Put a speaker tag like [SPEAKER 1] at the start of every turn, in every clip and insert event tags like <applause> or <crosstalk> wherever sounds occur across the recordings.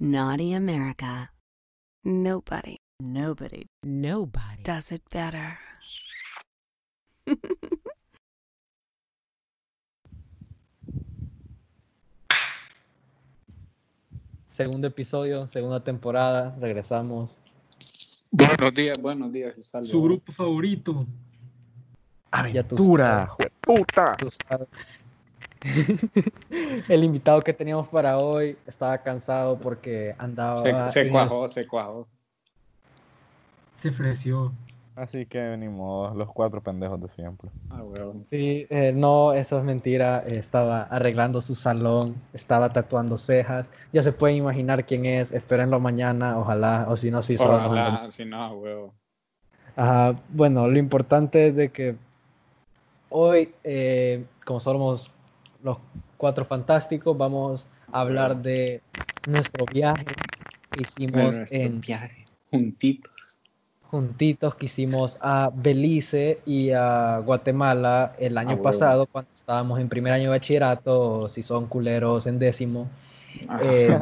[SPEAKER 1] Naughty America.
[SPEAKER 2] Nobody
[SPEAKER 3] Nobody. Nobody.
[SPEAKER 2] does it better.
[SPEAKER 4] Segundo episodio, segunda temporada, regresamos.
[SPEAKER 5] Buenos días, buenos días, Gisaldo.
[SPEAKER 6] Su grupo favorito.
[SPEAKER 4] Aventura,
[SPEAKER 5] ¡Puta!
[SPEAKER 4] Tú sabes. <laughs> El invitado que teníamos para hoy estaba cansado porque andaba.
[SPEAKER 5] Se, se
[SPEAKER 4] en
[SPEAKER 5] cuajó, se cuajó.
[SPEAKER 6] Se ofreció.
[SPEAKER 7] Así que venimos los cuatro pendejos de siempre.
[SPEAKER 5] Ah, weón.
[SPEAKER 4] Sí, eh, no, eso es mentira. eh, Estaba arreglando su salón, estaba tatuando cejas. Ya se pueden imaginar quién es. Espérenlo mañana, ojalá. O si no, sí, solo nos mandan-
[SPEAKER 5] Ojalá, si no, weón.
[SPEAKER 4] Ajá, bueno, lo importante es de que hoy, eh, como somos los cuatro fantásticos, vamos a hablar de nuestro viaje que hicimos
[SPEAKER 5] Nuestro
[SPEAKER 4] en,
[SPEAKER 5] viaje. Juntitos.
[SPEAKER 4] juntitos que hicimos a Belice y a Guatemala el año
[SPEAKER 5] Ah, huevo.
[SPEAKER 4] pasado, cuando estábamos en primer año de bachillerato, o si son culeros en décimo.
[SPEAKER 5] <laughs>
[SPEAKER 4] Eh,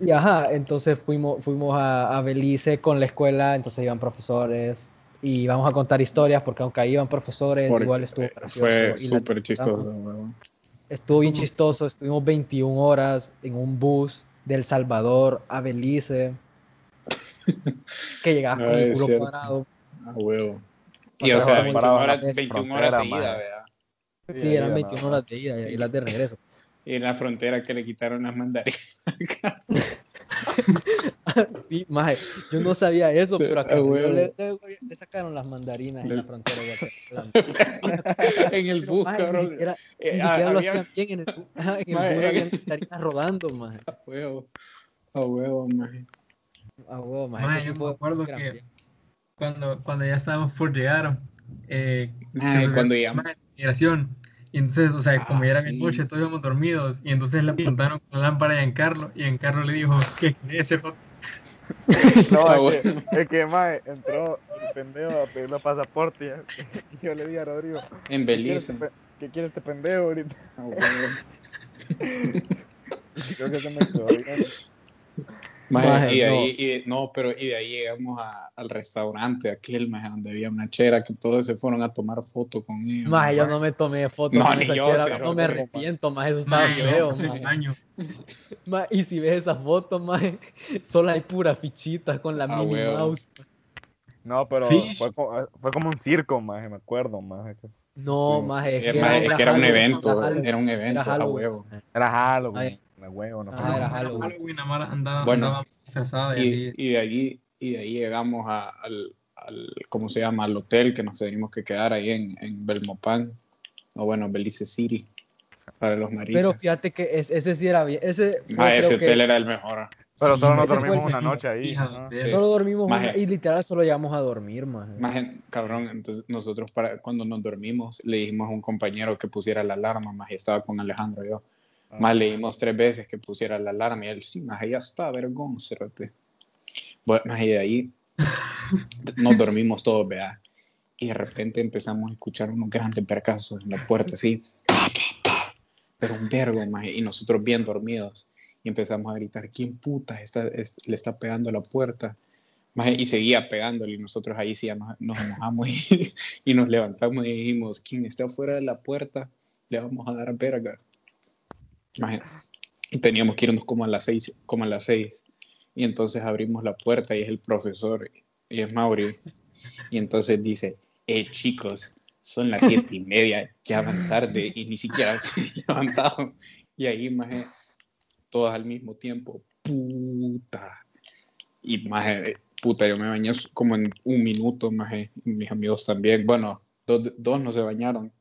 [SPEAKER 4] y ajá, entonces fuimos, fuimos a, a Belice con la escuela, entonces iban profesores y vamos a contar historias porque aunque ahí iban profesores,
[SPEAKER 5] Porque
[SPEAKER 4] igual estuvo
[SPEAKER 5] Ah,
[SPEAKER 4] gracioso
[SPEAKER 5] Fue
[SPEAKER 4] y la-
[SPEAKER 5] súper chistoso, weón.
[SPEAKER 4] estuvo bien chistoso, estuvimos 21 horas en un bus de El Salvador a Belice. Que
[SPEAKER 5] <laughs>
[SPEAKER 4] llegabas con
[SPEAKER 5] Ah,
[SPEAKER 4] el
[SPEAKER 5] es
[SPEAKER 4] culo
[SPEAKER 5] cierto.
[SPEAKER 4] cuadrado.
[SPEAKER 5] Ah, weón. Y
[SPEAKER 4] O sea,
[SPEAKER 5] o sea,
[SPEAKER 4] vamos
[SPEAKER 5] 21
[SPEAKER 7] parados en la
[SPEAKER 5] horas, 21 horas
[SPEAKER 7] frontera,
[SPEAKER 5] de ida,
[SPEAKER 7] maje.
[SPEAKER 5] vea.
[SPEAKER 4] Sí, eran 21
[SPEAKER 7] nada.
[SPEAKER 4] horas de ida y las de regreso.
[SPEAKER 5] Y en la frontera que le quitaron
[SPEAKER 4] <laughs>
[SPEAKER 5] las mandarinas.
[SPEAKER 4] Sí, maje, yo no sabía eso, pero acá
[SPEAKER 5] Ah,
[SPEAKER 4] yo
[SPEAKER 5] huevo.
[SPEAKER 4] le, le- le sacaron las mandarinas en la frontera de Guatemala.
[SPEAKER 5] <laughs> en el
[SPEAKER 4] Pero,
[SPEAKER 5] bus,
[SPEAKER 4] maje, Ni
[SPEAKER 5] cabrón.
[SPEAKER 4] siquiera,
[SPEAKER 5] Eh,
[SPEAKER 4] ni
[SPEAKER 5] ah,
[SPEAKER 4] siquiera lo
[SPEAKER 5] había- eh,
[SPEAKER 4] hacían bien <laughs> en
[SPEAKER 5] <laughs>
[SPEAKER 4] el bus. Ajá, en el
[SPEAKER 5] Maje,
[SPEAKER 4] bus
[SPEAKER 5] en-
[SPEAKER 4] había
[SPEAKER 5] <laughs>
[SPEAKER 4] mandarinas rodando, maje.
[SPEAKER 5] A huevo. A huevo, maje. Ah,
[SPEAKER 4] A huevo, maje,
[SPEAKER 6] Maje,
[SPEAKER 4] eso
[SPEAKER 6] yo me
[SPEAKER 4] fue
[SPEAKER 6] acuerdo
[SPEAKER 4] gran
[SPEAKER 6] que-
[SPEAKER 4] bien.
[SPEAKER 6] Cuando, cuando ya estábamos por llegar, eh,
[SPEAKER 4] Ah,
[SPEAKER 5] Ay,
[SPEAKER 6] resolvió
[SPEAKER 5] cuando
[SPEAKER 6] el
[SPEAKER 5] llegamos.
[SPEAKER 6] tema de la migración. Y entonces, o sea, como
[SPEAKER 5] Ah,
[SPEAKER 6] ya era
[SPEAKER 5] sí.
[SPEAKER 6] mi noche, todos íbamos dormidos. Y entonces le apuntaron con la lámpara a Giancarlo. Y Giancarlo le dijo, <laughs> ¿qué querés, cerote?".
[SPEAKER 7] <laughs> No, es que, es que mae, entró el pendejo a pedir los pasaportes. Y <laughs> yo le dije a Rodrigo,
[SPEAKER 5] En
[SPEAKER 7] ¿qué quiere,
[SPEAKER 5] Belice.
[SPEAKER 7] este, pe- qué quiere este pendejo ahorita? <laughs>
[SPEAKER 5] A huevo.
[SPEAKER 7] Y Creo que se me quedó bien.
[SPEAKER 5] Maje,
[SPEAKER 4] Maje,
[SPEAKER 5] y de
[SPEAKER 4] no.
[SPEAKER 5] ahí, y de- no, pero y de ahí llegamos a- al restaurante aquel, maje, donde había una chera que todos se fueron a tomar foto con ella.
[SPEAKER 4] Maje, yo no me tomé fotos
[SPEAKER 5] No,
[SPEAKER 4] con
[SPEAKER 5] ni
[SPEAKER 4] esa
[SPEAKER 5] yo,
[SPEAKER 4] chera,
[SPEAKER 5] cero,
[SPEAKER 4] no me
[SPEAKER 5] huevo,
[SPEAKER 4] arrepiento, maje, eso estaba
[SPEAKER 6] Maje,
[SPEAKER 4] feo,
[SPEAKER 6] yo me
[SPEAKER 4] maje.
[SPEAKER 6] baño.
[SPEAKER 4] Maje, Y si ves esas fotos, maje, <laughs> solo hay puras fichitas con la
[SPEAKER 5] Ah,
[SPEAKER 4] mini
[SPEAKER 5] huevo.
[SPEAKER 4] mouse.
[SPEAKER 7] No, pero
[SPEAKER 6] Fish.
[SPEAKER 7] fue como, fue como un circo, maje, me acuerdo, maje. que
[SPEAKER 4] No,
[SPEAKER 7] Sí,
[SPEAKER 4] maje, es
[SPEAKER 5] Eh,
[SPEAKER 4] que
[SPEAKER 5] maje, es que era un
[SPEAKER 4] Halloween,
[SPEAKER 5] evento,
[SPEAKER 4] Halloween.
[SPEAKER 5] era un evento, a
[SPEAKER 4] Halloween.
[SPEAKER 5] huevo.
[SPEAKER 7] Era Halloween,
[SPEAKER 4] Ay.
[SPEAKER 7] la huevo, no
[SPEAKER 6] Ah,
[SPEAKER 4] Ajá,
[SPEAKER 7] fue-
[SPEAKER 4] Ah, era
[SPEAKER 6] Halloween.
[SPEAKER 4] Halloween.
[SPEAKER 6] Halloween, la mara andaba,
[SPEAKER 5] Bueno.
[SPEAKER 6] andaba disfrazada y,
[SPEAKER 5] Y,
[SPEAKER 6] así.
[SPEAKER 5] y de ahí, y de ahí llegamos a- al, al, ¿cómo se llama? Al hotel que nos teníamos que quedar ahí en, en Belmopan, o bueno, Belice City, para los maricas.
[SPEAKER 4] Pero fíjate que es- ese sí era bien. Ese, fue,
[SPEAKER 5] Maje, ese
[SPEAKER 4] creo que
[SPEAKER 5] hotel era el mejor.
[SPEAKER 7] Pero
[SPEAKER 6] Sí,
[SPEAKER 7] solo nos
[SPEAKER 6] ese fue el
[SPEAKER 7] dormimos una
[SPEAKER 6] segundo.
[SPEAKER 7] noche ahí.
[SPEAKER 6] Hija
[SPEAKER 7] ¿no?
[SPEAKER 6] de-
[SPEAKER 5] Sí.
[SPEAKER 4] solo dormimos una-
[SPEAKER 5] Maje.
[SPEAKER 4] y literal solo llegamos a dormir, maje.
[SPEAKER 5] Maje, cabrón, entonces nosotros para, cuando nos dormimos le dijimos a un compañero que pusiera la alarma, maje, estaba con Alejandro y yo.
[SPEAKER 7] Ah.
[SPEAKER 5] Más leímos tres veces que pusiera la alarma y él, sí, más ya está, vergón, cerote. Bueno, más de ahí nos dormimos todos, vea. Y de repente empezamos a escuchar unos grandes percazos en la puerta, así. Pero un vergo, maje, y nosotros bien dormidos. Y empezamos a gritar, ¿quién puta está, es- le está pegando a la puerta? Maje, y seguía pegándole y nosotros ahí sí ya nos, nos enojamos y, <laughs> y nos levantamos y dijimos, quien está afuera de la puerta le vamos a dar verga. Maje, y teníamos que irnos como a las seis, como a las seis. Y entonces abrimos la puerta y es el profesor y es Mauri. Y entonces dice, eh chicos, son las siete y media, ya van tarde y ni siquiera <laughs> se han levantado. Y ahí, maje, todas al mismo tiempo, puta. Y maje, eh, puta, yo me bañé como en un minuto, maje, y mis amigos también. Bueno, dos, dos no se bañaron,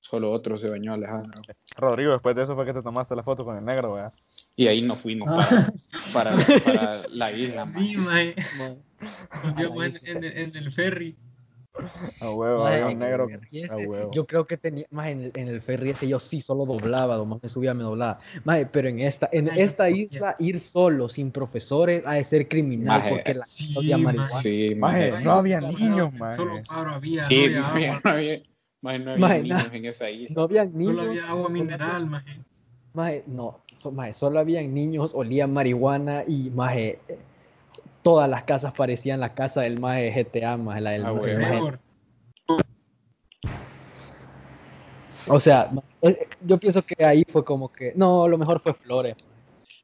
[SPEAKER 5] solo otro se bañó Alejandro.
[SPEAKER 7] Rodrigo, después de eso fue que te tomaste la foto con el negro, ¿verdad?
[SPEAKER 5] Y ahí nos fuimos para, para, para la isla.
[SPEAKER 6] Sí,
[SPEAKER 5] maje.
[SPEAKER 4] <laughs> Maje.
[SPEAKER 6] maje. Nos
[SPEAKER 4] Ah,
[SPEAKER 6] vio
[SPEAKER 4] la
[SPEAKER 6] en,
[SPEAKER 4] isla.
[SPEAKER 6] en el- en el ferry.
[SPEAKER 7] A huevo,
[SPEAKER 4] Maje,
[SPEAKER 7] había un negro.
[SPEAKER 4] y
[SPEAKER 7] A
[SPEAKER 4] ese-
[SPEAKER 7] huevo.
[SPEAKER 4] Yo creo que tenía más en, el- en el ferry ese yo sí solo doblaba, nomás me subía, me doblaba. Maje, pero en esta, en
[SPEAKER 6] Ay, no
[SPEAKER 4] esta
[SPEAKER 6] podía.
[SPEAKER 4] isla ir solo sin profesores ha de ser criminal
[SPEAKER 5] Maje,
[SPEAKER 7] eh,
[SPEAKER 4] porque la
[SPEAKER 6] Sí,
[SPEAKER 4] odia
[SPEAKER 6] maje.
[SPEAKER 4] marihuana.
[SPEAKER 5] Sí,
[SPEAKER 7] Maje,
[SPEAKER 5] maje.
[SPEAKER 7] no había
[SPEAKER 4] Solo-
[SPEAKER 7] niños,
[SPEAKER 6] Solo
[SPEAKER 7] maje.
[SPEAKER 6] paro
[SPEAKER 5] <laughs>
[SPEAKER 6] había.
[SPEAKER 5] Sí,
[SPEAKER 6] no
[SPEAKER 5] no
[SPEAKER 6] había
[SPEAKER 5] había,
[SPEAKER 6] agua.
[SPEAKER 5] no había, maje, no había
[SPEAKER 4] Maje,
[SPEAKER 5] niños
[SPEAKER 4] nada.
[SPEAKER 5] en esa isla.
[SPEAKER 4] No había
[SPEAKER 6] Solo
[SPEAKER 4] niños.
[SPEAKER 6] había agua
[SPEAKER 4] solo-
[SPEAKER 6] mineral, maje.
[SPEAKER 4] Maje, no, so- maje, solo habían niños, olían marihuana y maje, eh, todas las casas parecían la casa del eh, maje de GTA, maje, la del eh,
[SPEAKER 5] Ah,
[SPEAKER 4] maje-
[SPEAKER 5] bueno.
[SPEAKER 4] maje-
[SPEAKER 6] Peor.
[SPEAKER 4] O sea, ma- eh, yo pienso que ahí fue como que, no, lo mejor fue Flores.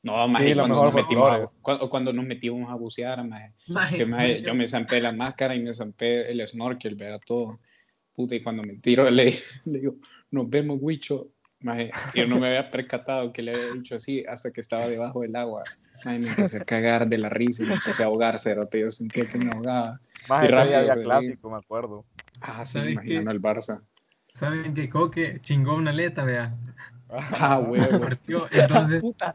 [SPEAKER 5] No, más
[SPEAKER 7] Sí, lo
[SPEAKER 5] cuando,
[SPEAKER 7] mejor
[SPEAKER 5] nos
[SPEAKER 7] fue
[SPEAKER 5] metimos a,
[SPEAKER 7] Flores.
[SPEAKER 5] cuando, cuando nos metimos a bucear, maje,
[SPEAKER 6] Maje,
[SPEAKER 5] que, maje, yo me zampé la máscara y me zampé el snorkel, vea todo. Puta, y cuando me tiro le, <laughs> le digo, nos vemos, Wicho. Maje, yo no me había percatado que le había dicho así hasta que estaba debajo del agua. Maje, me empecé a cagar de la risa y me empecé a ahogar, cerote. Yo sentía que me ahogaba.
[SPEAKER 7] Más ese
[SPEAKER 5] rápido
[SPEAKER 7] día había
[SPEAKER 5] se
[SPEAKER 7] clásico, me acuerdo.
[SPEAKER 5] Ah, sí,
[SPEAKER 6] ¿Sabes
[SPEAKER 5] imaginando el Barça.
[SPEAKER 6] ¿Saben que Coque chingó una aleta, vea?
[SPEAKER 7] <laughs>
[SPEAKER 5] Ah, huevo.
[SPEAKER 6] Partió,
[SPEAKER 5] <laughs>
[SPEAKER 6] entonces,
[SPEAKER 4] Puta,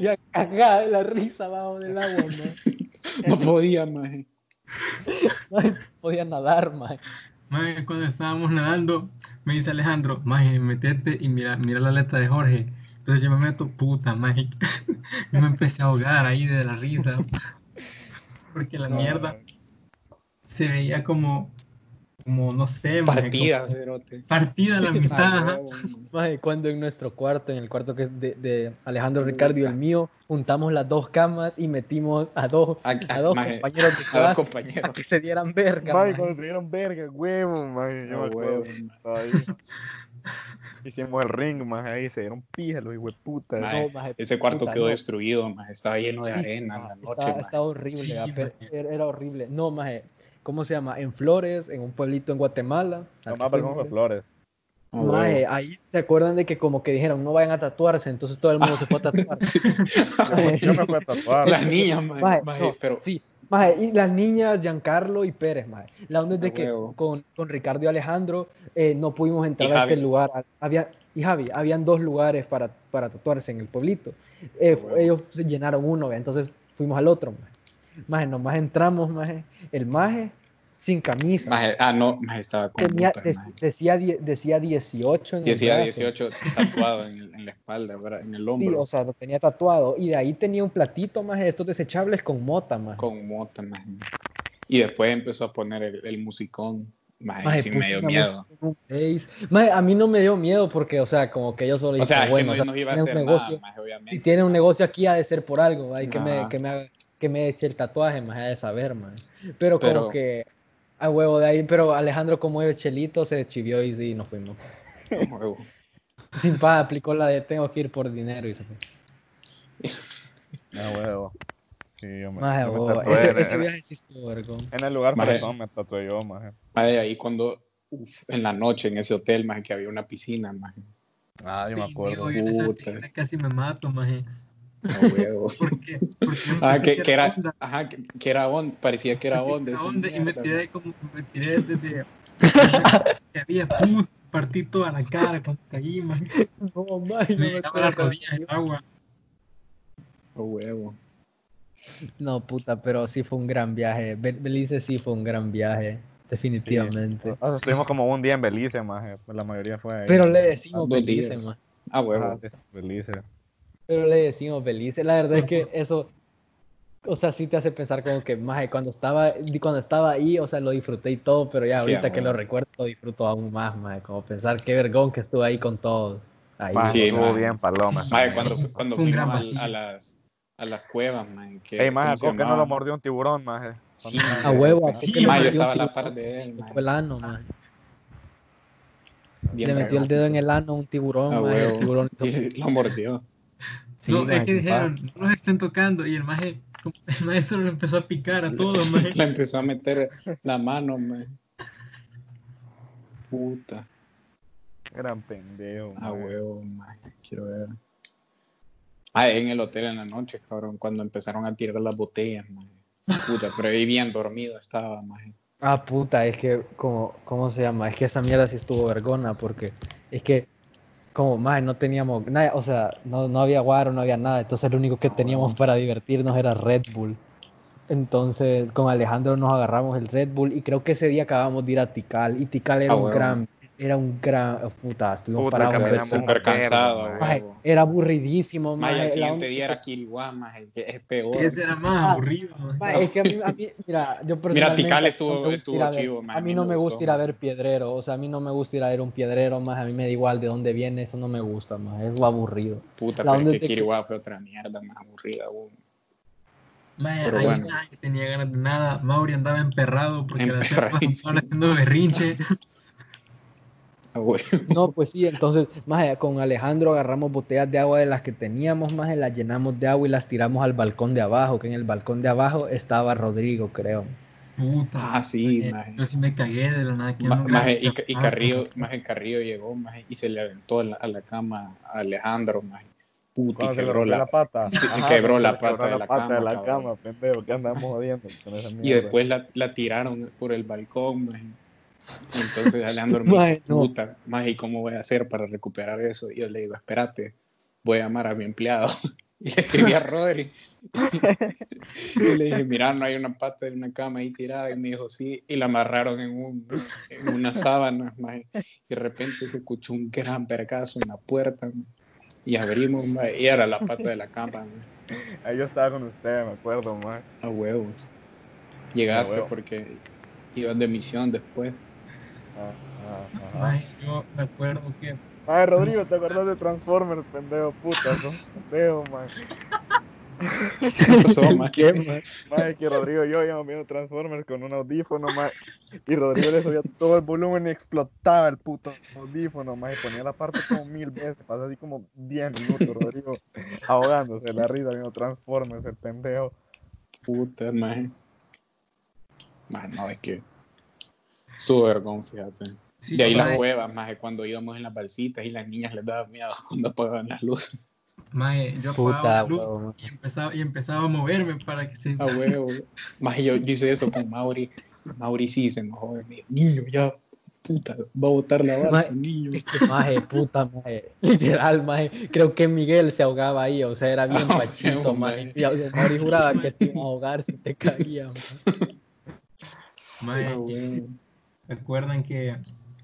[SPEAKER 4] ya cagada de la risa abajo del agua, maje.
[SPEAKER 5] No podía, eh. maje.
[SPEAKER 4] Podía nadar, <laughs> maje.
[SPEAKER 6] maje, cuando estábamos nadando, me dice Alejandro, maje, metete y mira, mira la aleta de Jorge. Entonces yo me meto, puta, maje. <laughs> Yo me empecé a ahogar ahí de la
[SPEAKER 5] <laughs>
[SPEAKER 6] risa. Porque la mierda se veía como, como no sé, maje,
[SPEAKER 5] Partida, cerote.
[SPEAKER 6] como- partida
[SPEAKER 5] <laughs>
[SPEAKER 6] a la mitad.
[SPEAKER 5] Ah,
[SPEAKER 6] ajá.
[SPEAKER 5] huevo, maje.
[SPEAKER 4] Maje, cuando en nuestro cuarto, en el cuarto que de, de Alejandro Ricardo y el mío, juntamos las dos camas y metimos a dos,
[SPEAKER 5] A-
[SPEAKER 4] a
[SPEAKER 5] a-
[SPEAKER 4] dos
[SPEAKER 5] Ah, maje,
[SPEAKER 4] compañeros de
[SPEAKER 5] a dos
[SPEAKER 4] clase a
[SPEAKER 5] compañeros.
[SPEAKER 4] que se dieran verga.
[SPEAKER 7] Mae,
[SPEAKER 4] maje.
[SPEAKER 7] cuando se dieron verga, huevo, mae, yo
[SPEAKER 5] Ah,
[SPEAKER 7] me acuerdo.
[SPEAKER 5] huevo, mae.
[SPEAKER 7] Estaba ahí. Hicimos el ring, más ahí se dieron pija los hueputas.
[SPEAKER 5] Mae.
[SPEAKER 4] No, maje,
[SPEAKER 5] Ese cuarto
[SPEAKER 4] puta,
[SPEAKER 5] quedó
[SPEAKER 4] no.
[SPEAKER 5] destruido, maje, estaba lleno de
[SPEAKER 4] Sí, sí,
[SPEAKER 5] arena en
[SPEAKER 4] ma,
[SPEAKER 5] la noche.
[SPEAKER 4] estaba,
[SPEAKER 5] maje.
[SPEAKER 4] estaba horrible,
[SPEAKER 6] Sí,
[SPEAKER 4] va, pero
[SPEAKER 6] maje.
[SPEAKER 4] era, era horrible. No, maje, ¿cómo se llama? En Flores, en un pueblito en Guatemala. al
[SPEAKER 7] Lo
[SPEAKER 4] que fuimos,
[SPEAKER 7] más vergonzoso fue Flores.
[SPEAKER 5] Ah,
[SPEAKER 4] maje,
[SPEAKER 5] huevo.
[SPEAKER 4] ahí se acuerdan de que como que dijeron no vayan a tatuarse, entonces todo el mundo se fue a tatuar.
[SPEAKER 5] <laughs>
[SPEAKER 4] <laughs>
[SPEAKER 7] Yo me- Yo me fui a tatuar. Ah,
[SPEAKER 5] Las niñas, maje,
[SPEAKER 4] Maje,
[SPEAKER 5] maje,
[SPEAKER 4] no,
[SPEAKER 5] pero
[SPEAKER 4] Sí, maje, y las niñas, Giancarlo y Pérez, maje. La onda es de
[SPEAKER 5] A
[SPEAKER 4] que
[SPEAKER 5] huevo.
[SPEAKER 4] con, con Ricardo y Alejandro eh, no pudimos entrar
[SPEAKER 5] Y
[SPEAKER 4] a
[SPEAKER 5] Javi.
[SPEAKER 4] este lugar. Había, y Javi, habían dos lugares para, para tatuarse en el pueblito. Eh,
[SPEAKER 5] A huevo.
[SPEAKER 4] ellos se llenaron uno, vea, entonces fuimos al otro, maje. Maje, nomás entramos, maje. El maje sin camisa.
[SPEAKER 5] maje, ah, no, maje, estaba con
[SPEAKER 4] Tenía-
[SPEAKER 5] lupa,
[SPEAKER 4] de-
[SPEAKER 5] maje.
[SPEAKER 4] decía, die- decía 18 en el
[SPEAKER 5] Decía
[SPEAKER 4] brazo.
[SPEAKER 5] 18 tatuado en, en la espalda, ¿verdad? en el
[SPEAKER 4] Sí,
[SPEAKER 5] hombro,
[SPEAKER 4] o sea, lo tenía tatuado. Y de ahí tenía un platito, maje, de estos desechables con mota, maje.
[SPEAKER 5] con mota. maje. Y después empezó a poner el, el musicón, maje,
[SPEAKER 4] Maje,
[SPEAKER 5] sí me
[SPEAKER 4] puse
[SPEAKER 5] dio
[SPEAKER 4] una
[SPEAKER 5] miedo.
[SPEAKER 4] música en un Face. Maje, a mí no me dio miedo porque, o sea, como que yo solo
[SPEAKER 5] O
[SPEAKER 4] dije,
[SPEAKER 5] sea, es
[SPEAKER 4] bueno, o
[SPEAKER 5] que no,
[SPEAKER 4] sea,
[SPEAKER 5] no iba a
[SPEAKER 4] tiene un
[SPEAKER 5] hacer
[SPEAKER 4] negocio.
[SPEAKER 5] nada, maje, obviamente. <laughs>
[SPEAKER 4] Si tiene un negocio aquí, ha de ser por algo, hay que, me,
[SPEAKER 5] Ajá.
[SPEAKER 4] que, me, haga- que me eche el tatuaje, más de saber, maje. Pero,
[SPEAKER 5] Pero-
[SPEAKER 4] como que, a huevo de ahí, pero Alejandro, como es chelito, se chivió y, sí, nos fuimos.
[SPEAKER 5] Ah, huevo.
[SPEAKER 4] Sin paz, aplicó la de tengo que ir por dinero y se fue.
[SPEAKER 7] Ah, huevo. Sí, yo me,
[SPEAKER 4] Maje,
[SPEAKER 7] yo me
[SPEAKER 4] boba,
[SPEAKER 7] tatué
[SPEAKER 4] ese,
[SPEAKER 7] en,
[SPEAKER 4] ese
[SPEAKER 7] en-
[SPEAKER 4] viaje sí estuvo vergón.
[SPEAKER 7] en el lugar
[SPEAKER 5] Maje.
[SPEAKER 7] presón me tatué yo, maje.
[SPEAKER 5] Maje, ahí cuando, uf, en la noche, en ese hotel, maje, que había una piscina, maje.
[SPEAKER 7] Ah, yo me
[SPEAKER 6] Sí,
[SPEAKER 7] acuerdo.
[SPEAKER 6] digo, yo en esa
[SPEAKER 5] puta.
[SPEAKER 6] piscina casi me mato, maje.
[SPEAKER 5] Ah, huevo.
[SPEAKER 6] ¿Por qué? Porque yo
[SPEAKER 5] Ah,
[SPEAKER 6] pensé
[SPEAKER 5] que, que era,
[SPEAKER 6] onda.
[SPEAKER 5] ajá, que, que era onda, parecía que era
[SPEAKER 6] Así,
[SPEAKER 5] onda.
[SPEAKER 6] ¿a
[SPEAKER 5] esa
[SPEAKER 6] dónde? y me
[SPEAKER 5] mierda,
[SPEAKER 6] tiré como me tiré
[SPEAKER 5] <laughs>
[SPEAKER 6] desde que había pus, partí toda la cara cuando caí, man.
[SPEAKER 4] No, maje,
[SPEAKER 6] Me
[SPEAKER 4] yo me
[SPEAKER 6] llegaba las
[SPEAKER 4] acuerdo.
[SPEAKER 6] rodillas en agua.
[SPEAKER 5] Ah, huevo.
[SPEAKER 4] No, puta, pero sí fue un gran viaje. Be- Belice sí fue un gran viaje, definitivamente.
[SPEAKER 7] O sea, Ah, estuvimos como un día en Belice, maje. pues La mayoría fue ahí.
[SPEAKER 4] Pero le decimos
[SPEAKER 5] Dos
[SPEAKER 4] Belice,
[SPEAKER 5] días.
[SPEAKER 4] ma.
[SPEAKER 5] Ah, huevo.
[SPEAKER 7] Ajá, Belice.
[SPEAKER 4] Pero le decimos Belice. La verdad es que eso, o sea, sí te hace pensar como que, maje, cuando estaba, cuando estaba ahí, o sea, lo disfruté y todo, pero ya
[SPEAKER 5] Sí,
[SPEAKER 4] ahorita
[SPEAKER 5] amor.
[SPEAKER 4] que lo recuerdo, lo disfruto aún más, maje. Como pensar qué vergón que estuve ahí con todos. Ahí.
[SPEAKER 7] Maje,
[SPEAKER 5] Sí,
[SPEAKER 7] estuvo
[SPEAKER 5] maje.
[SPEAKER 7] bien, paloma.
[SPEAKER 6] Sí.
[SPEAKER 5] Mae,
[SPEAKER 6] Ay,
[SPEAKER 5] cuando,
[SPEAKER 6] fue-
[SPEAKER 5] fu- cuando
[SPEAKER 6] fue un gran
[SPEAKER 5] fuimos al-
[SPEAKER 6] vacío.
[SPEAKER 5] a, las, a las cuevas, man. Que,
[SPEAKER 7] Ey, maje, ¿a
[SPEAKER 5] ¿cómo se
[SPEAKER 7] poco que no lo
[SPEAKER 5] llamaba?
[SPEAKER 7] mordió un tiburón, maje?
[SPEAKER 5] Sí,
[SPEAKER 4] A huevo,
[SPEAKER 5] Sí,
[SPEAKER 4] así
[SPEAKER 6] Sí,
[SPEAKER 4] le
[SPEAKER 5] mae, yo
[SPEAKER 4] metió
[SPEAKER 5] estaba
[SPEAKER 4] un
[SPEAKER 5] a la
[SPEAKER 4] tiburón
[SPEAKER 5] par de él,
[SPEAKER 4] en
[SPEAKER 5] mae.
[SPEAKER 4] el ano, maje.
[SPEAKER 5] Bien
[SPEAKER 4] Le metió el
[SPEAKER 5] cagado.
[SPEAKER 4] dedo en el ano a un tiburón,
[SPEAKER 5] A
[SPEAKER 4] maje, el
[SPEAKER 5] huevo.
[SPEAKER 4] tiburón hizo-
[SPEAKER 5] Y <laughs> sí, lo mordió.
[SPEAKER 4] Sí,
[SPEAKER 6] no,
[SPEAKER 4] maje,
[SPEAKER 6] es que
[SPEAKER 4] sin paja.
[SPEAKER 6] dijeron, no los estén tocando, y el maje, como- el maje solo le empezó a picar a todos,
[SPEAKER 5] <laughs>
[SPEAKER 6] maje.
[SPEAKER 5] Le empezó a meter la mano, man. Puta.
[SPEAKER 7] Gran pendejo.
[SPEAKER 5] A
[SPEAKER 7] maje.
[SPEAKER 5] huevo, man. Quiero ver. Ah, en el hotel en la noche, cabrón, cuando empezaron a tirar las botellas, man. Puta, pero ahí bien dormido estaba,
[SPEAKER 6] <laughs>
[SPEAKER 5] man.
[SPEAKER 4] Ah, puta, es que, como, ¿cómo se llama? Es que esa mierda sí estuvo vergona, porque es que, como, más no teníamos nada, o sea, no, no había guaro, no había nada, entonces lo único que teníamos para divertirnos era Red Bull. Entonces, con Alejandro nos agarramos el Red Bull y creo que ese día acabamos de ir a Tikal, y Tikal era
[SPEAKER 5] Ah,
[SPEAKER 4] un
[SPEAKER 5] huevo.
[SPEAKER 4] gran, Era un gran. oh, puta, estuvimos
[SPEAKER 7] Puta,
[SPEAKER 4] parados.
[SPEAKER 7] caminamos
[SPEAKER 4] como-
[SPEAKER 5] súper cansado,
[SPEAKER 7] verga,
[SPEAKER 4] Maje,
[SPEAKER 7] mae.
[SPEAKER 5] huevo.
[SPEAKER 4] Era aburridísimo,
[SPEAKER 5] Maje,
[SPEAKER 4] maje,
[SPEAKER 5] el
[SPEAKER 4] la
[SPEAKER 5] siguiente
[SPEAKER 4] un-
[SPEAKER 5] día era Quilguá, maje, que es peor.
[SPEAKER 6] Ese era más aburrido. man.
[SPEAKER 4] Maje, es que a mí, a mí- mira, yo personalmente
[SPEAKER 5] Tical
[SPEAKER 4] no
[SPEAKER 5] estuvo-
[SPEAKER 4] me gusta
[SPEAKER 5] estuvo
[SPEAKER 4] ir a ver-
[SPEAKER 5] chivo, maje,
[SPEAKER 4] A mí no me gusta ir a ver piedrero, o sea, a mí no me gusta ir a ver un piedrero, más a mí me da igual de dónde viene, eso no me gusta, más es lo aburrido.
[SPEAKER 5] Puta,
[SPEAKER 4] La
[SPEAKER 5] pero
[SPEAKER 4] onda
[SPEAKER 5] es
[SPEAKER 4] de
[SPEAKER 5] que
[SPEAKER 4] que-
[SPEAKER 5] Quilguá fue otra mierda más aburrida, huevo.
[SPEAKER 6] Mae,
[SPEAKER 5] Pero
[SPEAKER 6] ahí
[SPEAKER 5] bueno.
[SPEAKER 6] nadie tenía ganas de nada. Mauri andaba emperrado porque la
[SPEAKER 5] Emperradísimo.
[SPEAKER 6] sepa estaba haciendo
[SPEAKER 5] <laughs>
[SPEAKER 6] berrinche.
[SPEAKER 5] Ah, huevo.
[SPEAKER 4] No, pues sí, entonces, más con Alejandro agarramos botellas de agua de las que teníamos, más las llenamos de agua y las tiramos al balcón de abajo, que en el balcón de abajo estaba Rodrigo, creo.
[SPEAKER 6] Puta.
[SPEAKER 5] Ah, sí,
[SPEAKER 6] mae.
[SPEAKER 5] maje.
[SPEAKER 6] Yo sí me cagué de la nada. que
[SPEAKER 5] Ma-
[SPEAKER 6] no me
[SPEAKER 5] maje, y,
[SPEAKER 6] hace
[SPEAKER 5] y
[SPEAKER 6] paso.
[SPEAKER 5] Carrillo, maje, Carrillo llegó maje, y se le aventó a la, a la cama a Alejandro. Maje. Puta, y
[SPEAKER 7] Cuando se le
[SPEAKER 5] quebró
[SPEAKER 7] rompió
[SPEAKER 5] la,
[SPEAKER 7] la pata.
[SPEAKER 5] Sí,
[SPEAKER 7] Ajá,
[SPEAKER 5] quebró
[SPEAKER 7] se
[SPEAKER 5] la
[SPEAKER 7] le
[SPEAKER 5] pata
[SPEAKER 7] quebró
[SPEAKER 5] de la cama,
[SPEAKER 7] de la
[SPEAKER 5] cabrón.
[SPEAKER 7] cama, pendejo, que andamos jodiendo con esa
[SPEAKER 5] Y
[SPEAKER 7] mierda.
[SPEAKER 5] después la, la tiraron por el balcón. maje. Y Entonces Alejandro me
[SPEAKER 4] Maje,
[SPEAKER 5] dice,
[SPEAKER 4] no.
[SPEAKER 5] puta, maje, ¿y cómo voy a hacer para recuperar eso? Y yo le digo, espérate, voy a llamar a mi empleado. <laughs> Y le escribí a Rodri. y le dije, mira, no hay una pata de una cama ahí tirada. Y me dijo, sí. Y la amarraron en, un, en una sábana. maje. Y de repente se escuchó un gran vergazo en la puerta. maje. Y abrimos, maje, y era la pata de la cama. maje.
[SPEAKER 7] Ahí yo estaba con usted, me acuerdo, man.
[SPEAKER 5] A huevos. Llegaste
[SPEAKER 7] A huevo.
[SPEAKER 5] porque ibas de misión después.
[SPEAKER 7] Ajá, ajá.
[SPEAKER 6] Mae, yo me acuerdo que.
[SPEAKER 7] Ay, Rodrigo, ¿te acuerdas de Transformers, pendejo? Puta, son pendejo, man.
[SPEAKER 5] ¿Qué <laughs> pasó, maje?
[SPEAKER 7] Más que Rodrigo y yo íbamos viendo Transformers con un audífono, más. Y Rodrigo le subía todo el volumen y explotaba el puto audífono, más. Y ponía la parte como mil veces. Pasó así como 10 minutos, Rodrigo, ahogándose de la risa viendo Transformers, el pendejo.
[SPEAKER 5] Puta, maje. Maje, no, es que. Estuvo vergón, fíjate.
[SPEAKER 6] Sí,
[SPEAKER 5] de ahí
[SPEAKER 6] mae,
[SPEAKER 5] las huevas, maje, cuando íbamos en las balsitas y las niñas les daba miedo <laughs> cuando apagaban las luces.
[SPEAKER 6] Mae, yo apagaba
[SPEAKER 4] Puta,
[SPEAKER 6] la luz
[SPEAKER 4] huevón.
[SPEAKER 6] y empezaba, y empezaba a moverme para
[SPEAKER 7] Ah,
[SPEAKER 6] que se.
[SPEAKER 5] A huevo. Maje, yo, yo hice eso con Mauri. Mauri sí se enojó. Me dijo, niño, ya. Puta, va a botar la
[SPEAKER 4] Maje.
[SPEAKER 5] balsa, niño.
[SPEAKER 4] Maje, puta, maje. Literal, maje. Creo que Miguel se ahogaba ahí, o sea, era bien
[SPEAKER 5] Ah,
[SPEAKER 4] pachito,
[SPEAKER 5] huevo,
[SPEAKER 4] maje.
[SPEAKER 5] maje.
[SPEAKER 4] Y Mauri juraba que te iba a ahogar si te caía, maje.
[SPEAKER 6] Mae,
[SPEAKER 5] A huevo.
[SPEAKER 6] Recuerdan que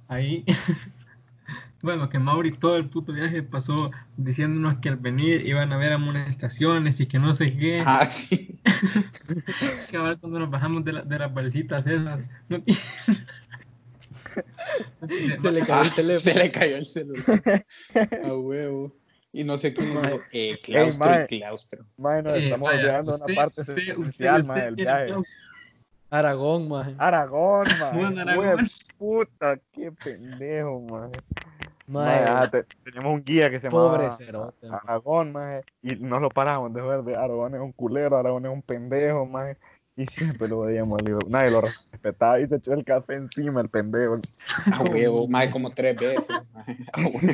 [SPEAKER 6] ahí, <laughs> bueno, que Mauri todo el puto viaje pasó diciéndonos que al venir iban a haber amonestaciones y que no sé qué,
[SPEAKER 5] Ah, sí.
[SPEAKER 6] que ahora cuando nos bajamos de, la- de las balsitas esas, no tiene...
[SPEAKER 5] <laughs>
[SPEAKER 4] Se le cayó el teléfono.
[SPEAKER 5] Ah, Se le cayó el celular. A huevo. Y no sé quién dijo, eh, claustro
[SPEAKER 7] mae.
[SPEAKER 5] y claustro.
[SPEAKER 7] Más, nos
[SPEAKER 6] <laughs> Eh,
[SPEAKER 7] estamos
[SPEAKER 6] vaya,
[SPEAKER 7] olvidando de
[SPEAKER 6] usted-
[SPEAKER 7] una parte
[SPEAKER 6] usted- usted-
[SPEAKER 7] esencial,
[SPEAKER 6] usted
[SPEAKER 7] más, del
[SPEAKER 6] tiene
[SPEAKER 7] viaje.
[SPEAKER 6] claustro,
[SPEAKER 4] Aragón, maje.
[SPEAKER 6] <laughs>
[SPEAKER 7] Aragón,
[SPEAKER 6] Juan
[SPEAKER 7] man.
[SPEAKER 6] Aragón.
[SPEAKER 7] Puta, qué pendejo, man.
[SPEAKER 4] Maje,
[SPEAKER 7] teníamos un guía que se llamaba
[SPEAKER 4] pobre cerote,
[SPEAKER 7] Ah,
[SPEAKER 4] maje.
[SPEAKER 7] Aragón, maje, y no lo parábamos de ver, de Aragón es un culero, Aragón es un pendejo, maje, y siempre lo veíamos, libre. nadie lo respetaba, y se echó el café encima el pendejo.
[SPEAKER 5] A huevo, más como tres veces. mae. <laughs> A huevo.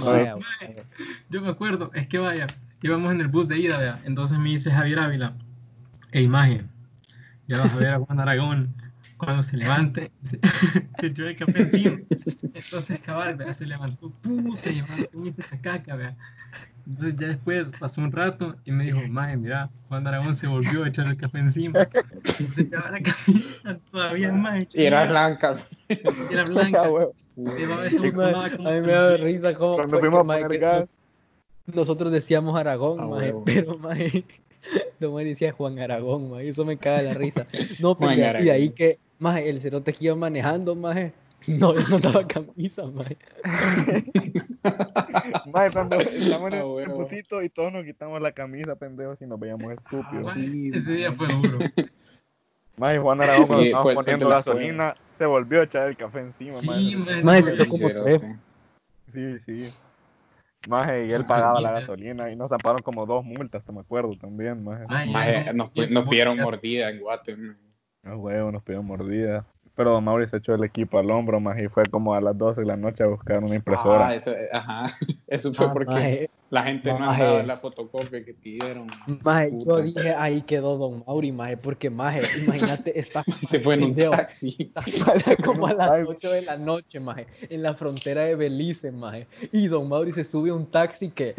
[SPEAKER 4] Maje, a huevo.
[SPEAKER 6] Yo me acuerdo, es que vaya, íbamos en el bus de ida, vea, entonces me dice Javier Ávila, e imagen, ya vas a ver a Juan Aragón cuando se levante, se, <laughs> se echó el café encima. Entonces, cabal, vea, se levantó, puta, y madre, me hizo esa caca, vea. Entonces, ya después pasó un rato y me dijo, maje, mira, Juan Aragón se volvió a echar el café encima. Entonces, cabal, la camisa todavía más.
[SPEAKER 5] Y era blanca.
[SPEAKER 4] <laughs>
[SPEAKER 6] Era blanca.
[SPEAKER 7] Ah, huevo.
[SPEAKER 6] Llevaba eso
[SPEAKER 4] Sí, mae,
[SPEAKER 6] tomaba como
[SPEAKER 4] a mí me da
[SPEAKER 6] película.
[SPEAKER 4] risa cómo
[SPEAKER 7] Cuando
[SPEAKER 4] fue que,
[SPEAKER 7] fuimos a
[SPEAKER 4] mae,
[SPEAKER 7] poner
[SPEAKER 4] que
[SPEAKER 7] gas,
[SPEAKER 4] <laughs> nos- nosotros decíamos Aragón,
[SPEAKER 5] Ah,
[SPEAKER 4] mae,
[SPEAKER 5] huevo.
[SPEAKER 4] pero <laughs> mae, Domán decía Juan Aragón, mae, eso me caga la risa. No,
[SPEAKER 5] Juan
[SPEAKER 4] pendejo, y de ahí
[SPEAKER 5] Aragón.
[SPEAKER 4] que mae, el cerote que iba manejando, mae, no, él no daba camisa,
[SPEAKER 5] Ah,
[SPEAKER 4] mae.
[SPEAKER 7] maje, cuando estamos en
[SPEAKER 5] Ah,
[SPEAKER 7] el
[SPEAKER 5] huevo.
[SPEAKER 7] busito y todos nos quitamos la camisa, pendejos, y nos veíamos estúpidos.
[SPEAKER 5] Ah, sí,
[SPEAKER 6] Ese
[SPEAKER 5] mae.
[SPEAKER 6] día fue duro.
[SPEAKER 7] Maje, Juan Aragón cuando
[SPEAKER 5] Sí,
[SPEAKER 7] estábamos
[SPEAKER 5] fue el
[SPEAKER 7] poniendo
[SPEAKER 5] frente de la
[SPEAKER 7] gasolina, se volvió a echar el café encima,
[SPEAKER 6] Sí,
[SPEAKER 7] maje.
[SPEAKER 6] mae,
[SPEAKER 4] Mae,
[SPEAKER 6] ese
[SPEAKER 4] se echó
[SPEAKER 6] fue-
[SPEAKER 4] como
[SPEAKER 5] Cerote.
[SPEAKER 7] Sí, sí. Maje, y él pagaba la
[SPEAKER 6] Maldita.
[SPEAKER 7] gasolina y nos zamparon como dos multas, te me acuerdo también, maje.
[SPEAKER 4] Ah.
[SPEAKER 6] Mae,
[SPEAKER 5] Mae,
[SPEAKER 6] ya no-
[SPEAKER 5] nos,
[SPEAKER 6] ya
[SPEAKER 5] nos
[SPEAKER 6] no-
[SPEAKER 5] pidieron
[SPEAKER 6] ya-
[SPEAKER 5] mordida en Guate. mae.
[SPEAKER 7] A Ah, huevo, nos pidieron mordida. Pero Don Mauri se echó el equipo al hombro, más y fue como a las 12 de la noche a buscar una impresora.
[SPEAKER 5] Ah, eso, ajá. <laughs> Eso fue
[SPEAKER 4] Ah,
[SPEAKER 5] porque
[SPEAKER 4] mae,
[SPEAKER 5] la gente no
[SPEAKER 4] Mae.
[SPEAKER 5] andaba la fotocopia que pidieron.
[SPEAKER 4] mae, yo
[SPEAKER 5] Puta.
[SPEAKER 4] dije ahí quedó Don Mauri, mae, porque mae,
[SPEAKER 5] <laughs>
[SPEAKER 4] imagínate, está
[SPEAKER 5] Se fue en un
[SPEAKER 4] pendejo, <laughs>
[SPEAKER 5] taxi.
[SPEAKER 4] Era como a las
[SPEAKER 7] Ay.
[SPEAKER 4] 8 de la noche, maje, en la frontera de Belice, maje. Y Don Mauri se sube a un taxi que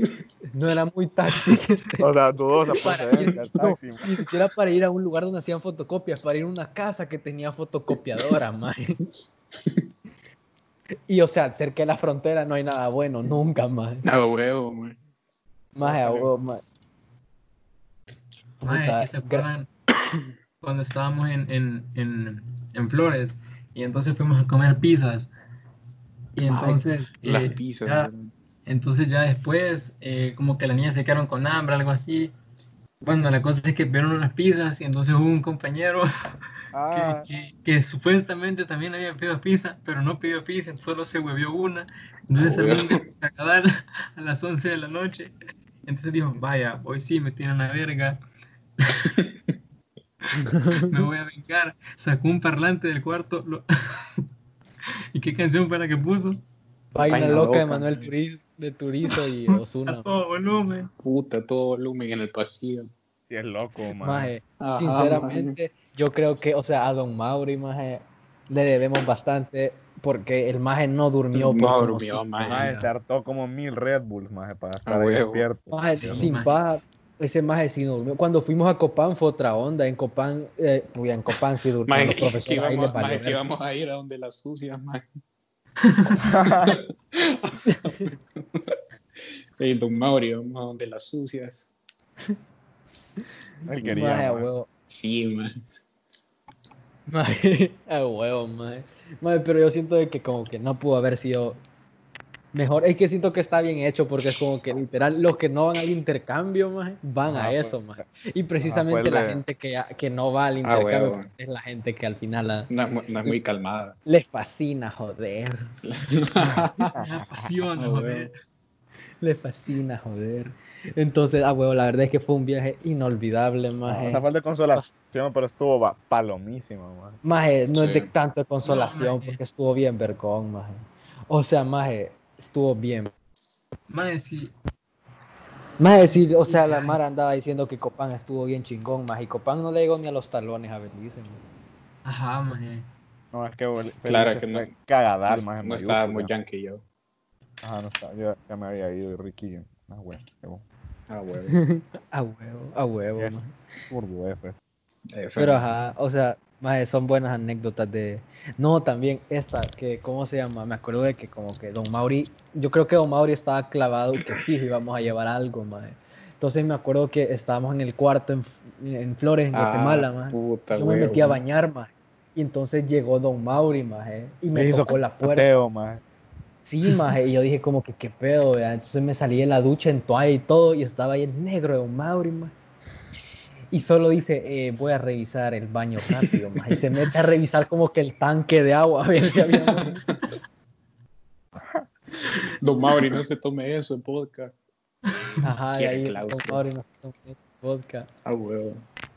[SPEAKER 4] no era muy taxi. que se-
[SPEAKER 7] O sea, dudosa pues,
[SPEAKER 4] Para
[SPEAKER 7] procedencia
[SPEAKER 4] ir-
[SPEAKER 7] el taxi.
[SPEAKER 4] no, ni siquiera para ir a un lugar donde hacían fotocopias, para ir a una casa que tenía fotocopiadora, maje. Y o sea, cerca de la frontera no hay nada bueno, nunca más.
[SPEAKER 5] A huevo, man.
[SPEAKER 4] Más a huevo, más.
[SPEAKER 6] Mae,
[SPEAKER 4] Puta,
[SPEAKER 6] ¿y se
[SPEAKER 4] gra- <coughs>
[SPEAKER 6] acuerdan cuando estábamos en, en, en, en Flores y entonces fuimos a comer pizzas? Y entonces,
[SPEAKER 5] Las
[SPEAKER 6] eh,
[SPEAKER 5] pizzas.
[SPEAKER 6] ya-
[SPEAKER 5] man.
[SPEAKER 6] entonces ya después, eh, como que las niñas se quedaron con hambre, algo así. Bueno, la cosa es que vieron unas pizzas y entonces hubo un compañero que,
[SPEAKER 7] Ah,
[SPEAKER 6] que- que supuestamente también había pedido pizza, pero no pidió pizza, solo se huevió una. Entonces
[SPEAKER 5] Ah,
[SPEAKER 6] salió un cagadal <laughs> a las 11 de la noche. Entonces dijo, vaya, hoy sí me tienen la verga. me voy a vengar. Sacó un parlante del cuarto. lo- <laughs> ¿Y qué canción para que puso?
[SPEAKER 4] Vaina
[SPEAKER 5] Vaina
[SPEAKER 4] loca, de
[SPEAKER 5] loca,
[SPEAKER 4] Manuel
[SPEAKER 5] man.
[SPEAKER 4] Turiz, de Turizo
[SPEAKER 6] <laughs>
[SPEAKER 4] y Osuna.
[SPEAKER 6] A todo volumen.
[SPEAKER 5] Puta, todo volumen en el pasillo.
[SPEAKER 7] sí es loco, man.
[SPEAKER 4] Maje, sinceramente, yo creo que, o sea, a Don Mauri, maje, le debemos bastante porque el maje no durmió por
[SPEAKER 5] No
[SPEAKER 4] como
[SPEAKER 5] durmió,
[SPEAKER 4] cinco
[SPEAKER 5] maje.
[SPEAKER 4] días.
[SPEAKER 7] Maje, se hartó como mil Red Bulls, maje, para estar ahí
[SPEAKER 5] Ah, huevo.
[SPEAKER 7] despierto.
[SPEAKER 4] Maje,
[SPEAKER 6] Sí,
[SPEAKER 4] sin
[SPEAKER 6] maje.
[SPEAKER 4] paja, ese maje sí durmió. Cuando fuimos a Copán fue otra onda. En Copán, eh, uy, en Copán sí durmió.
[SPEAKER 5] Mae,
[SPEAKER 4] los
[SPEAKER 5] que
[SPEAKER 4] profesores ahí
[SPEAKER 5] íbamos,
[SPEAKER 4] les valió
[SPEAKER 5] mae, que
[SPEAKER 4] verga.
[SPEAKER 5] íbamos a ir a donde las sucias, <laughs> mae. El don Mauri, vamos a donde las sucias.
[SPEAKER 7] Él
[SPEAKER 4] Maje,
[SPEAKER 7] quería,
[SPEAKER 4] a
[SPEAKER 7] maje.
[SPEAKER 4] huevo.
[SPEAKER 5] Sí, mae.
[SPEAKER 4] Maje, <laughs> a huevo, maje. Maje, pero yo siento de que como que no pudo haber sido mejor. Es que siento que está bien hecho porque es como que literal los que no van al intercambio, maje, van
[SPEAKER 7] Ajá, pues,
[SPEAKER 4] a
[SPEAKER 7] fue-
[SPEAKER 4] eso, maje. Y precisamente
[SPEAKER 7] fue el
[SPEAKER 4] la
[SPEAKER 7] de- Ah,
[SPEAKER 4] gente que, que no va al intercambio
[SPEAKER 5] huevo.
[SPEAKER 4] es la gente que al final la-
[SPEAKER 5] No, es mu- no es muy calmada.
[SPEAKER 4] les fascina, joder. <laughs>
[SPEAKER 6] La pasión,
[SPEAKER 5] Ah,
[SPEAKER 6] joder.
[SPEAKER 4] Le fascina, joder. Entonces, ah, huevo, la verdad es que fue un viaje inolvidable, maje.
[SPEAKER 7] O sea, falta de consolación, pero estuvo va- palomísimo, maje.
[SPEAKER 4] Maje, no es de
[SPEAKER 5] Sí.
[SPEAKER 4] tanto de consolación
[SPEAKER 6] maje.
[SPEAKER 4] porque estuvo bien vergón, maje. O sea, maje, estuvo bien.
[SPEAKER 6] Mae, sí.
[SPEAKER 4] Maje, sí, o sea, la Mara andaba diciendo que Copán estuvo bien chingón, maje. Y Copán no le llegó ni a los talones a Belice, maje.
[SPEAKER 6] Ajá, mae.
[SPEAKER 7] No, es que bol-
[SPEAKER 5] Claro
[SPEAKER 7] Felipe
[SPEAKER 5] que
[SPEAKER 7] fue
[SPEAKER 5] no-
[SPEAKER 7] Cagadal,
[SPEAKER 5] no
[SPEAKER 7] maje.
[SPEAKER 5] no estaba muy
[SPEAKER 7] mayúscula.
[SPEAKER 5] yankee yo.
[SPEAKER 7] Ajá, no estaba. Yo ya me había ido y Ricky. Ah, güey. qué bo-
[SPEAKER 4] <laughs>
[SPEAKER 5] Ah, huevo.
[SPEAKER 4] A huevo, a huevo,
[SPEAKER 7] Yes.
[SPEAKER 4] maje.
[SPEAKER 7] Turbo F.
[SPEAKER 5] Eh,
[SPEAKER 4] Pero ajá, o sea, maje, son buenas anécdotas de... No, también esta, que ¿cómo se llama? Me acuerdo de que como que Don Mauri, yo creo que Don Mauri estaba clavado que fijo íbamos a llevar algo, maje. Entonces me acuerdo que estábamos en el cuarto en, en Flores, en
[SPEAKER 5] Ah,
[SPEAKER 4] Guatemala, maje.
[SPEAKER 5] Puta,
[SPEAKER 4] Yo me metí a
[SPEAKER 5] huevo.
[SPEAKER 4] bañar, maje. Y entonces llegó Don Mauri, maje, y me
[SPEAKER 7] Le hizo
[SPEAKER 4] tocó la puerta.
[SPEAKER 7] Teo, maje.
[SPEAKER 4] Sí, maje, y yo dije como que qué pedo, vea. Entonces me salí de la ducha en toalla y todo, y estaba ahí el negro de Don Mauri, maje. Y solo dice, eh, voy a revisar el baño rápido, maje. Y se mete a revisar como que el tanque de agua, a ver si había... agua.
[SPEAKER 5] Don Mauri, no se tome eso en podcast.
[SPEAKER 4] Ajá, y
[SPEAKER 5] Quiere
[SPEAKER 4] ahí Don
[SPEAKER 5] Clausen.
[SPEAKER 4] Mauri nos tomó vodka.
[SPEAKER 5] Ah, huevo.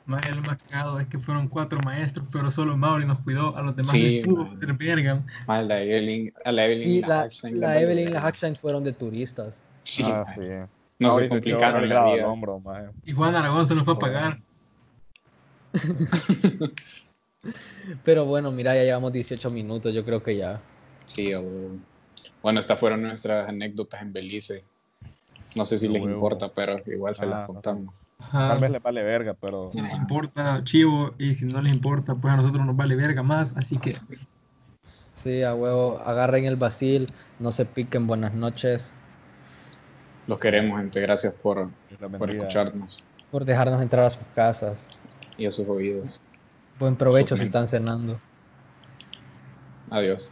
[SPEAKER 6] Mae, lo más cagado es que fueron cuatro maestros, pero solo Mauri nos cuidó, a los demás
[SPEAKER 5] Sí,
[SPEAKER 6] les pudo
[SPEAKER 5] mae.
[SPEAKER 6] meter verga.
[SPEAKER 5] Mae, la Evelyn, a la Evelyn
[SPEAKER 4] Sí,
[SPEAKER 5] y
[SPEAKER 4] la,
[SPEAKER 5] Hackstein les
[SPEAKER 4] la
[SPEAKER 5] valió
[SPEAKER 4] Evelyn y la
[SPEAKER 5] verga.
[SPEAKER 4] Hackshine fueron de turistas.
[SPEAKER 5] Sí,
[SPEAKER 7] Ah,
[SPEAKER 5] mae.
[SPEAKER 7] sí.
[SPEAKER 5] no
[SPEAKER 7] Ahora
[SPEAKER 5] se
[SPEAKER 7] hizo el tío
[SPEAKER 5] complicaron la
[SPEAKER 7] colgado al
[SPEAKER 5] vida.
[SPEAKER 7] hombro, maje.
[SPEAKER 6] Y Juan Aragón se los va a pagar.
[SPEAKER 4] Pero bueno, mira, ya llevamos 18 minutos, yo creo que ya.
[SPEAKER 5] Sí, a huevo. Bueno, estas fueron nuestras anécdotas en Belice. No sé si
[SPEAKER 7] A
[SPEAKER 5] les
[SPEAKER 7] huevo.
[SPEAKER 5] importa, pero igual se
[SPEAKER 7] Ah,
[SPEAKER 5] las contamos.
[SPEAKER 4] Ah.
[SPEAKER 6] Ajá.
[SPEAKER 7] Tal vez le vale verga, pero.
[SPEAKER 6] Si les importa, chivo, y si no les importa, pues a nosotros nos vale verga más. Así que,
[SPEAKER 4] Sí, a huevo, agarren el vacil, no se piquen, buenas noches.
[SPEAKER 5] Los queremos, gente. Gracias por,
[SPEAKER 7] Dios la
[SPEAKER 5] por
[SPEAKER 7] bendiga.
[SPEAKER 5] escucharnos
[SPEAKER 4] por dejarnos entrar a sus casas.
[SPEAKER 5] y a sus oídos.
[SPEAKER 4] Buen provecho si
[SPEAKER 5] Suplemento.
[SPEAKER 4] están cenando.
[SPEAKER 5] Adiós.